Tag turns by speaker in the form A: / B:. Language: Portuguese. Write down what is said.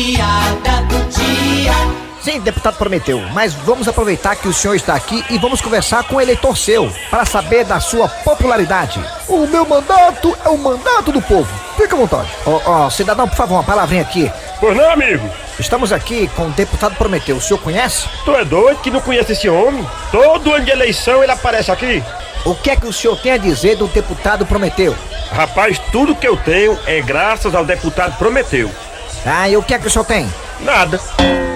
A: piada do dia.
B: Sim, deputado Prometeu, mas vamos aproveitar que o senhor está aqui e vamos conversar com o eleitor seu, para saber da sua popularidade. O meu mandato é o mandato do povo. Fica à vontade. Ó, ó, cidadão, por favor, uma palavrinha aqui.
C: Pois não, amigo?
B: Estamos aqui com o deputado Prometeu. O senhor conhece?
C: Tu é doido que não conhece esse homem? Todo ano de eleição ele aparece aqui.
B: O que é que o senhor tem a dizer do deputado Prometeu?
C: Rapaz, tudo que eu tenho é graças ao deputado Prometeu.
B: Ah, e o que é que o senhor tem?
C: Nada.